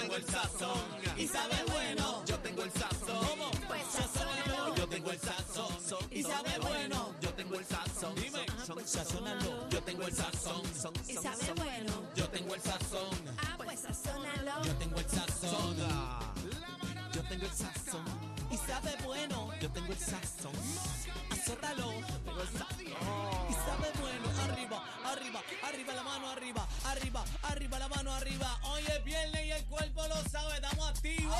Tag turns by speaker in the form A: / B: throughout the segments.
A: el sazón y sabe bueno. Yo tengo el sazón.
B: Pues sazónalo.
A: Yo tengo el sazón y sabe bueno. Yo tengo el sazón. Dime,
B: pues
A: sazónalo.
B: sazónalo.
A: Yo tengo el sazón. son,
B: Y
A: son,
B: sabe
A: son.
B: bueno.
A: Yo tengo el sazón.
B: Ah, pues sazónalo.
A: Yo tengo el sazón. Yo tengo el sazón. Y sabe bueno. Yo tengo el sazón. Azótalo. Yo tengo el sazón. Y sabe bueno. Arriba, arriba, arriba la mano, arriba, arriba, arriba la mano, arriba. Hoy es viernes y el cuerpo lo sabe. Estamos activos.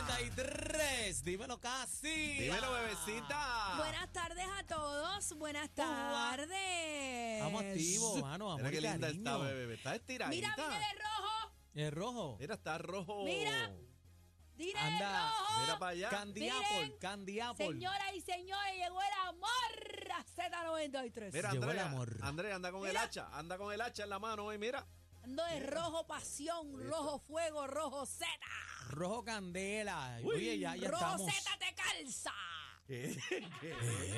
A: Z93. Dímelo casi.
C: Dímelo, bebecita.
B: Buenas tardes a todos. Buenas tardes.
D: Estamos activos, Oh, mano. Amor
C: Mira
D: y
C: qué linda
D: cariño.
C: está, bebé. Está estiradita.
B: Mira, viene de rojo.
A: Eh,
D: El rojo.
C: Mira, está rojo.
B: Mira. Dile
D: Anda,
B: rojo.
C: Mira para allá.
D: Candy
B: Miren,
D: Apple, Candy Apple.
B: Señoras y señores, llegó el amor a Z93.
C: Mira,
D: Llegó el
C: Andrea.
D: amor.
C: Andrea anda con el
B: Mira.
C: hacha. Anda con el hacha en la mano hoy, mira.
B: Ando de rojo pasión, rojo fuego, rojo Z.
D: Rojo Candela. Oye, ya, ya
B: rojo
D: estamos.
B: Z te calza.
D: ¿Qué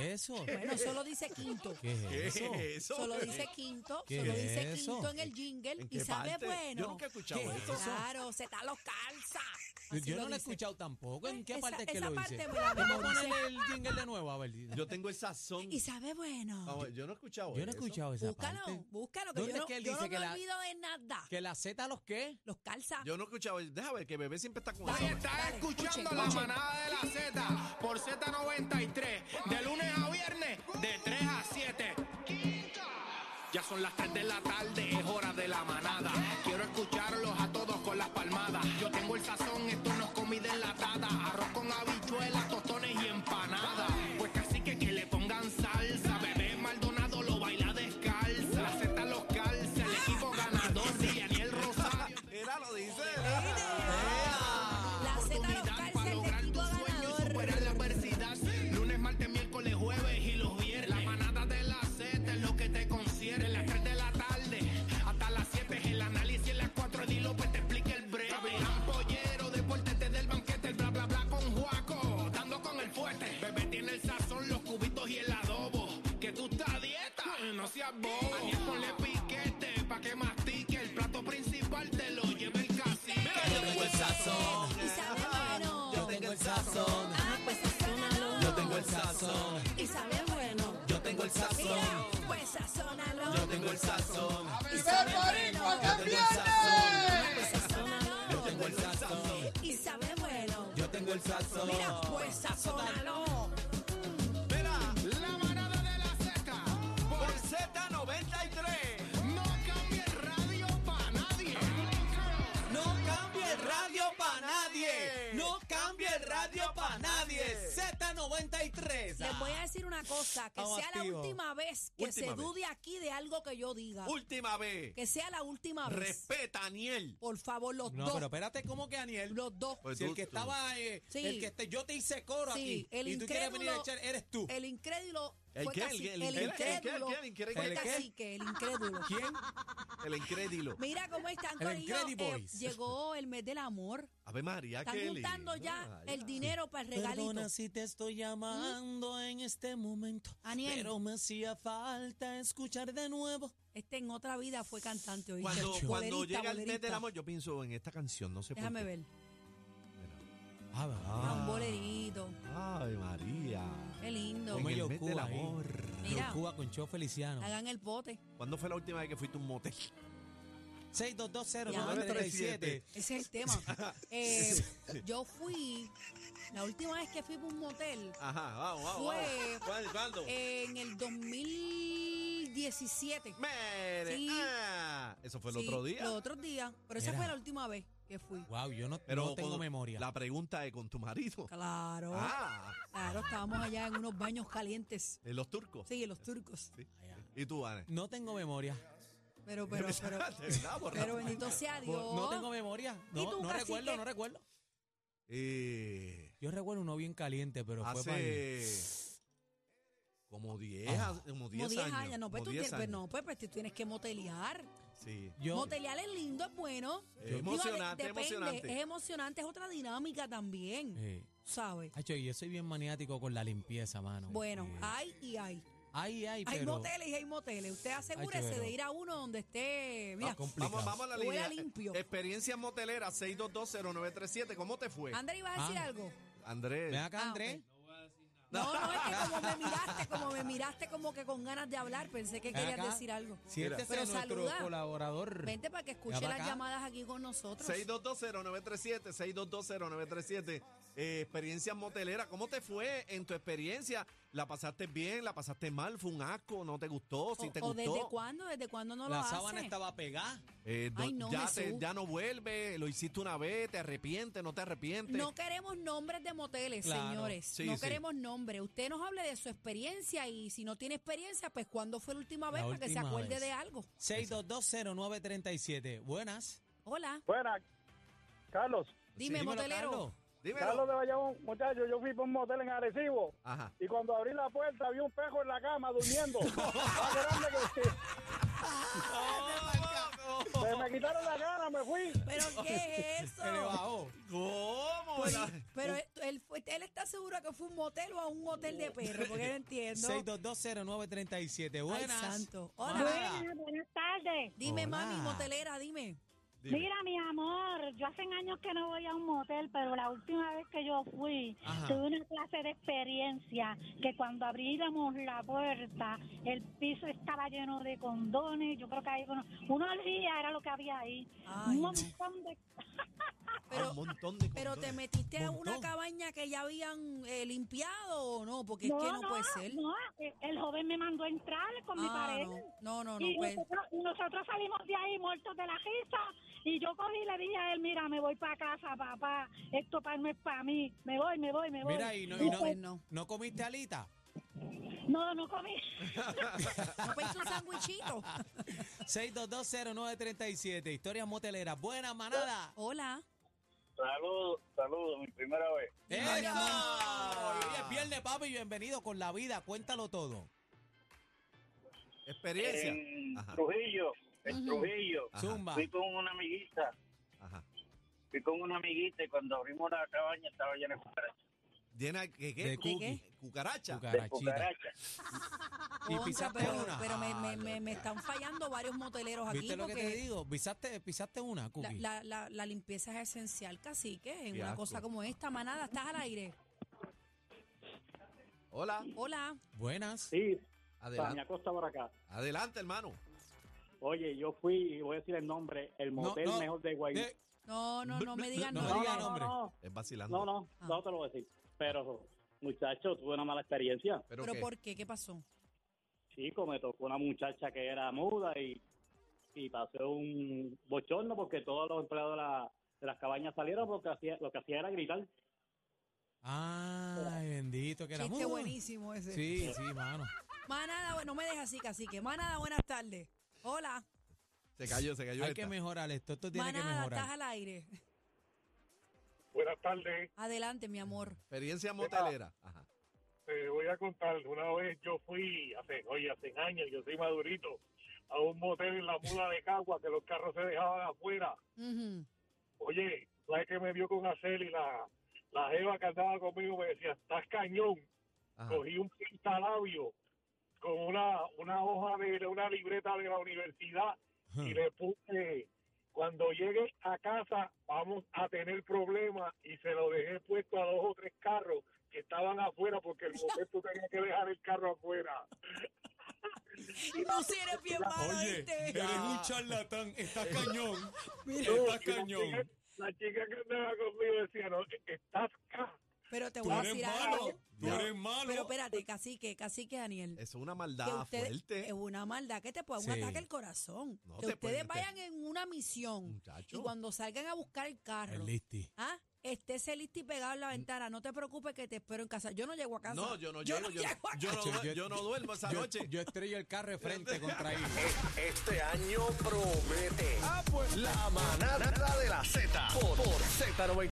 D: es eso?
B: Bueno, solo dice quinto.
D: ¿Qué es eso?
C: eso?
B: Solo dice quinto,
D: ¿Qué
B: solo
D: es
B: dice
D: eso?
B: quinto en el jingle
C: ¿En
B: y
C: qué
B: sabe
C: parte?
B: bueno.
C: Yo nunca he escuchado
D: ¿Qué es
C: eso.
D: eso?
B: Claro, Z los calza.
D: Yo-
B: Así
D: Yo no
B: lo
D: lo he
B: dice.
D: escuchado tampoco. ¿En qué
B: Esa-
D: parte es que
B: esa
D: lo
B: parte
D: dice?
B: me la
D: Vamos a
B: memoricé.
D: ponerle el jingle de nuevo, a ver. Yo
C: Yo tengo el sazón.
B: Y sabe bueno.
C: Ah, bueno, yo no he escuchado
D: no he
C: eso.
D: escuchado Pues esa
B: búscalo,
D: parte.
B: búscalo, que
D: ¿Dónde
B: yo no,
D: es que él
B: yo no
D: dice que
B: me
D: la-
B: olvido de nada.
D: ¿Que la Z los qué?
B: Los calza.
C: Yo no he escuchado. Deja ver que bebé siempre está con
B: Dale,
C: eso.
E: Estás
B: dale,
E: escuchando
B: escuchen,
E: la
B: escuchen.
E: manada de la Z por Z93, de lunes a viernes, de 3 a 7. Ya son las 3 de la tarde, es hora de la manada. Quiero escucharlos a todos con las palmadas. Yo tengo el sazón, esto no es comida enlatada. Arroz con habichuelas, tostones y empanadas. Pues casi que que le pongan salsa. Bebé Maldonado lo baila descalza. La Z los calza, el equipo ganador de Daniel Rosario.
C: Mira, lo dice.
B: La Z los
E: oportunidad
B: calza
E: para
B: el
E: lograr
B: equipo
E: tus sueños,
B: ganador.
E: superar la adversidad. Lunes, martes, miércoles, jueves y los viernes. La manada de la Z es lo que te concierne. Las 3 de la tarde hasta las 7 es el análisis. En las 4 Di López te explica el breve. Gavilán Pollero, deportete del banquete, el bla bla bla con Juaco. Dando con el fuerte. Bebé tiene el sazón, los cubitos y el adobo. Que tú estás a dieta, no seas bobo. Aniel ponle piquete pa' que mastique. El plato principal te lo lleva el cacique.
A: Yo tengo el sazón.
B: Y sabe bueno.
A: Yo tengo el sazón.
B: Ah, pues sazónalo.
A: Yo tengo el sazón.
B: Y sabe bueno.
A: Yo tengo el
B: Mira,
A: sazón.
B: pues sazónalo.
A: Yo tengo el sazón.
B: Y sabe bueno.
A: Yo tengo el sazón.
B: Pues sazónalo.
A: Yo tengo el sazón.
B: Y sabe bueno.
A: Yo tengo el sazón.
B: Mira, pues sazónalo.
C: Mira,
E: La manada de la Z
C: por Z93.
E: no cambia el radio para nadie.
D: No cambie el radio pa'
C: nadie.
D: No cambie el radio pa' nadie. Z93.
B: Les voy a decir una cosa, que
D: Estamos
B: sea la
D: activos.
B: última vez que
C: Última
B: se
C: vez.
B: dude aquí de algo que yo diga.
C: Última vez.
B: Que sea la última vez.
C: Respeta, Aniel.
B: Por favor, los
D: No,
B: dos.
D: pero espérate, ¿cómo que Aniel?
B: Los dos.
C: Pues
D: si
C: tú-
D: el que
C: tú-
D: estaba, eh,
B: Sí.
D: el que este- yo te hice coro
B: Sí,
D: aquí
B: el
D: y tú quieres venir a
B: incrédulo-
D: echar, eres tú.
B: El incrédulo.
C: ¿El
B: fue
C: qué? ¿El
B: cacique.
C: qué? ¿El
B: El
C: qué? ¿El qué? ¿El
B: incrédulo.
C: qué? ¿El incrédulo?
B: Fue
D: ¿El qué?
B: cacique, el incrédulo.
D: ¿Quién?
C: El incrédulo.
B: Mira cómo están,
D: El
B: Corillo. Eh,
D: Incrediboys.
B: llegó el mes del amor.
C: Ave María,
B: Están
C: Ah, qué
B: juntando
C: lindo. Ah,
B: ya
C: Ay,
B: el dinero para el regalito.
D: Perdona si te estoy llamando en este momento.
B: Aniel.
D: Pero me hacía falta escuchar de nuevo.
B: Este en otra vida fue cantante hoy.
C: Cuando, cuando llega el mes del amor, yo pienso en esta canción, no sé por
B: Déjame
C: qué.
B: ver.
D: Ah,
B: Un bolerito.
C: Ay, María.
B: Qué lindo.
C: En
D: Como
C: el
D: yo,
C: mes
D: Cuba,
C: del
D: ahí.
C: amor.
B: Mira.
D: Cuba con Cho Feliciano.
B: Hagan el bote.
C: ¿Cuándo fue la última vez que fuiste a un motel?
D: 6220937.
B: Ese es el tema. Eh, yo fui, la última vez que fui a un motel
C: Ajá, vamos, vamos.
B: Fue- eh,
C: vamos. ¿Cuándo? ¿Cuándo?
B: en el 2017.
C: Mere,
B: Sí.
C: ah, eso fue el
B: Sí,
C: otro día.
B: Los otros días. Pero esa
D: Mira.
B: fue la última vez que fui.
D: Wow, yo no,
C: Pero
D: no tengo
C: con-
D: memoria.
C: La pregunta es con tu marido.
B: Claro.
C: Ah,
B: Claro, estábamos allá en unos baños calientes.
C: en los turcos.
B: Sí, los turcos.
C: Sí.
D: Allá.
C: ¿Y tú, Ana?
D: No tengo memoria.
B: Pero, pero, pero.
C: De verdad, borracho.
B: Pero bendito sea Dios.
D: No tengo memoria.
B: ¿Y tú,
D: No, no
B: cacique?
D: recuerdo, no recuerdo.
C: Eh,
D: Yo recuerdo uno bien caliente, pero fue para
C: hace como 10
D: Ah.
C: a- como
B: como
C: 10
B: 10
C: años.
B: años. No, pues
C: como
B: tú
C: 10
B: tienes, pues,
C: años.
B: no, pues, pues, tú tienes que motelear.
C: Sí.
D: Yo,
B: Motelear es lindo, es bueno.
C: Eh,
B: Digo, de-
C: emocionante,
B: depende,
C: emocionante.
B: Es emocionante, es otra dinámica también.
D: eh,
B: ¿Sabes?
D: Hacho, yo soy bien maniático con la limpieza, mano.
B: Bueno, ah,
D: Eh,
B: hay y hay.
D: Ay, ay, pero.
B: Hay moteles y hay moteles. Usted asegúrese
D: pero- Ah,
B: de ir a uno donde esté. Mira,
D: complicado.
C: Vamos, vamos a la
B: Huele
C: línea.
B: a limpio.
C: Experiencia motelera 6220937. ¿Cómo te fue?
B: Andrés, ¿ibas a decir
D: Ah.
B: algo?
C: Andrés.
D: Ven acá,
B: Ah,
D: Andrés.
B: No, no, es que como me miraste, como me miraste como que con ganas de hablar, pensé que
D: Ven
B: querías
D: acá.
B: decir algo.
D: Siéntese
B: Pero
D: nuestro
B: saluda.
D: colaborador.
B: Vente para que
D: Ya
B: escuche
D: va
B: las
D: acá.
B: llamadas aquí con nosotros.
C: 6220937, 6220937. Eh, experiencia motelera, ¿cómo te fue en tu experiencia? ¿La pasaste bien? ¿La pasaste mal? ¿Fue un asco? ¿No te gustó? ¿Si
B: O-
C: te
B: o,
C: gustó?
B: desde cuándo? ¿Desde cuándo no lo
D: la
B: hace?
D: sábana estaba pegada.
C: Eh, do-
B: Ay, no,
C: ya,
B: Jesús.
C: te- ya no vuelve, lo hiciste una vez, te arrepientes, no te arrepientes.
B: No queremos nombres de moteles,
D: Claro,
B: señores.
C: sí,
B: no
C: sí.
B: queremos nombres. Usted nos hable de su experiencia y si no tiene experiencia, pues cuándo fue la última vez para que se
D: última
B: acuerde
D: vez.
B: de algo.
D: 6220937. Buenas.
B: Hola,
F: Buena, Carlos.
B: dime,
D: Dímelo,
B: motelero.
D: Carlos.
C: Dímelo.
F: Carlos de Bayamón, muchachos, yo fui por un motel en Arecibo
C: Ajá.
F: y cuando abrí la puerta vi un pejo en la cama durmiendo. Más grande que- Se me quitaron la gana, me fui.
B: ¿Pero qué es
D: Se le
B: eso?
D: bajó.
C: ¿Cómo?
B: Pues,
C: la-
B: pero
D: Eh,
B: él, él fue- él está seguro que fue un motel o a un hotel de perro, porque no entiendo.
D: 6220937.
B: Ay,
D: Buenas.
B: santo.
D: Hola.
B: Hola.
G: Buenas, buenas tardes.
B: Dime,
D: Hola.
B: mami, motelera, dime.
C: Dime.
G: Mira, mi amor, yo hace años que no voy a un motel, pero la última vez que yo fui,
D: Ajá.
G: tuve una clase de experiencia que cuando abríamos la puerta, el piso estaba lleno de condones. Yo creo que ahí, bueno, una orgía era lo que había ahí.
B: Ay,
G: un
B: no.
G: montón de.
C: Ah,
B: Pero,
C: un montón de
B: pero te
C: condones.
B: metiste a una
D: Montón. cabaña
B: cabaña que ya habían eh, limpiado o no, porque es que no, puede ser. Ah,
G: no, el- el joven me mandó a entrar con mi pareja.
B: no, no, no,
G: y
B: pues.
G: nosotros, y nosotros salimos de ahí muertos de la risa y yo cogí y le dije a él, mira, me voy para casa, papá, esto pa- no es para mí, me voy, me voy, me voy.
D: Mira, y no, y
B: No,
D: no,
B: pues no.
D: ¿no comiste alita.
G: No, no comí.
B: No pediste un sandwichito.
D: 6220937. Historias moteleras. Buena manada.
B: Hola.
F: Saludos, saludos, mi primera vez.
B: Dale,
D: ¡Eso!
C: amor.
D: Hoy es viernes, papi. Bienvenido con la vida. Cuéntalo todo.
C: Experiencia. Ajá.
F: Trujillo,
B: en Ujú.
F: Trujillo,
C: Ajá.
D: Zumba.
F: con una amiguita,
C: Ajá.
F: fui con una amiguita y cuando abrimos la cabaña estaba llena de cucarachas.
C: Llena, ¿qué, qué?
D: De
C: Cu-
B: qué?
C: Cucaracha.
D: Cucarachita. Y
B: Contra,
D: pisaste
B: pero
D: una.
B: pero me, me- me- me están fallando varios moteleros aquí
D: ¿Viste lo que te
B: porque
D: digo? Pisaste, pisaste una,
B: la,
D: Cookie.
B: la- la- la limpieza es esencial, cacique. En
C: Qué
B: una
C: asco.
B: cosa como esta, manada, estás al aire.
C: Hola.
B: Hola.
D: Buenas.
F: Sí,
C: Adelante,
F: Costa por acá.
C: adelante hermano.
F: Oye, yo fui, y voy a decir el nombre, el
D: No, no.
F: de Guay.
D: Eh,
B: No, no, no me digan
D: No
B: no.
D: me digan nombre.
C: Es vacilando.
F: No, no,
B: Ah.
F: no te lo voy a decir. Pero, muchacho, tuve una mala experiencia.
C: ¿Pero,
B: Pero
C: qué?
B: ¿por qué? ¿Qué pasó?
F: Chico, me tocó una muchacha que era muda y, y pasé un bochorno porque todos los empleados de, la- de las cabañas salieron porque hacía- lo que hacía era gritar.
D: Ay, bendito que era.
B: Chiste
D: Uh,
B: buenísimo ese.
D: Sí, sí, mano.
B: Manada, bu- no me dejes así, cacique. Manada, buenas tardes. Hola.
C: Se cayó, se cayó.
D: Hay
C: esta.
D: que mejorar esto. Esto tiene que
B: Manada, estás
D: mejorar.
B: al aire.
H: Buenas tardes,
B: Adelante, mi amor.
F: Ah.
C: Experiencia motelera. Ajá.
H: te voy a contar, una vez yo fui, hace, oye, hace años, yo soy madurito, a un motel en la mula de Cagua que los carros se dejaban afuera.
B: Ujú.
H: Oye, la que me vio con hacer y la, la jeva que andaba conmigo me decía, estás cañón,
C: Ajá.
H: cogí un pintalabio con una, una hoja de una libreta de la universidad y le puse, cuando llegue a casa vamos a tener problemas y se lo dejé puesto a dos o tres carros que estaban afuera porque el momento tenía que dejar el carro afuera.
B: Tú sí eres bien malo, ¿viste?
D: charlatán. Estás cañón.
H: No, y la chica- La chica que andaba conmigo decía, no, estás ca-".
B: Pero te voy a decir algo.
C: tú Ya. eres
B: Pero espérate, cacique, cacique, Daniel.
C: Es una
B: que
C: maldad
B: ustedes-
C: fuerte.
B: Es una maldad que te puede, un
D: Sí.
B: ataque al corazón.
C: No
B: que
C: te
B: ustedes
C: pueden-
B: vayan en una misión
C: Muchacho.
B: y cuando salgan a buscar el carro,
D: El listi.
B: ¿ah? estés listo y pegado en la ventana. No te preocupes que te espero en casa. Yo no llego a casa.
C: No, yo no llego. Yo,
B: llego a
C: yo no,
D: Yo-
C: due-
D: yo-
C: yo no duermo esa
D: Yo,
C: noche.
D: yo estrello el carro de frente contra él.
I: Este año promete. La manada de la Z por, por Z90.